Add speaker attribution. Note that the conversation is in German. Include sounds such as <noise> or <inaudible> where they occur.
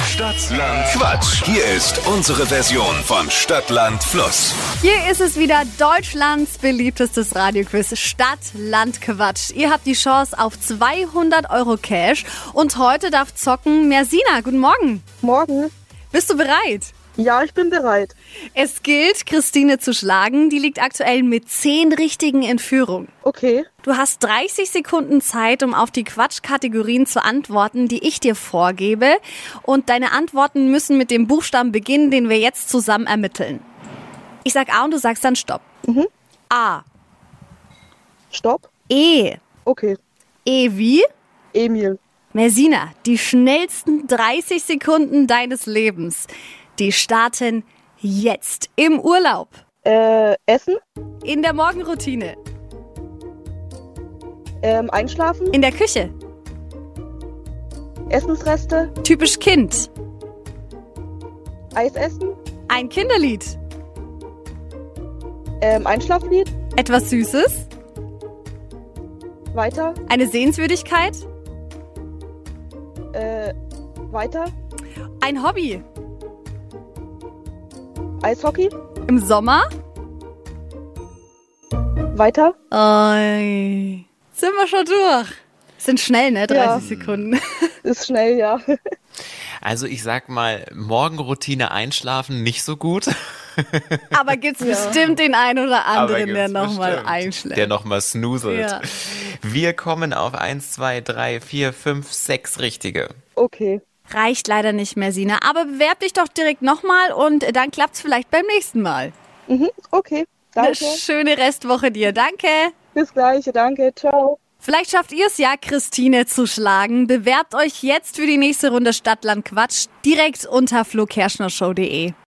Speaker 1: Stadtland Quatsch. Hier ist unsere Version von Stadtland Fluss.
Speaker 2: Hier ist es wieder Deutschlands beliebtestes Radioquiz Stadt, Land, Quatsch. Ihr habt die Chance auf 200 Euro Cash und heute darf zocken Mersina. Guten Morgen.
Speaker 3: Morgen.
Speaker 2: Bist du bereit?
Speaker 3: Ja, ich bin bereit.
Speaker 2: Es gilt, Christine zu schlagen. Die liegt aktuell mit 10 richtigen in Führung.
Speaker 3: Okay.
Speaker 2: Du hast 30 Sekunden Zeit, um auf die Quatschkategorien zu antworten, die ich dir vorgebe. Und deine Antworten müssen mit dem Buchstaben beginnen, den wir jetzt zusammen ermitteln. Ich sag A und du sagst dann Stopp. A.
Speaker 3: Stopp.
Speaker 2: E.
Speaker 3: Okay.
Speaker 2: E wie?
Speaker 3: Emil.
Speaker 2: Mersina, die schnellsten 30 Sekunden deines Lebens. Die starten jetzt im Urlaub,
Speaker 3: Äh, Essen.
Speaker 2: in der Morgenroutine,
Speaker 3: Ähm, einschlafen.
Speaker 2: in der Küche,
Speaker 3: Essensreste.
Speaker 2: typisch Kind,
Speaker 3: Eis essen.
Speaker 2: ein Kinderlied,
Speaker 3: Ähm, Einschlaflied.
Speaker 2: etwas Süßes,
Speaker 3: Weiter.
Speaker 2: eine Sehenswürdigkeit,
Speaker 3: Äh, weiter.
Speaker 2: ein Hobby,
Speaker 3: Eishockey.
Speaker 2: im Sommer.
Speaker 3: Weiter.
Speaker 2: Oi. Sind wir schon durch. Sind schnell, ne? 30
Speaker 3: Ja.
Speaker 4: <laughs>
Speaker 2: Sekunden.
Speaker 3: Ist schnell, ja. <laughs>
Speaker 4: Also ich sag mal, Morgenroutine einschlafen nicht so gut. <laughs>
Speaker 2: Aber gibt's bestimmt den einen oder anderen,
Speaker 4: gibt's
Speaker 2: der nochmal
Speaker 4: bestimmt,
Speaker 2: einschlägt.
Speaker 4: Der nochmal snoozelt.
Speaker 2: Ja.
Speaker 4: Wir kommen auf 1, 2, 3, 4, 5, 6 richtige.
Speaker 3: Okay.
Speaker 2: Reicht leider nicht mehr, Sina. Aber bewerb dich doch direkt nochmal und dann klappt's vielleicht beim nächsten Mal.
Speaker 3: Mhm. Okay. Danke.
Speaker 2: Eine schöne Restwoche dir. Danke.
Speaker 3: Bis gleich. Danke. Ciao.
Speaker 2: Vielleicht schafft ihr es ja, Christine zu schlagen. Bewerbt euch jetzt für die nächste Runde Stadtland Quatsch direkt unter flokerschnershow.de.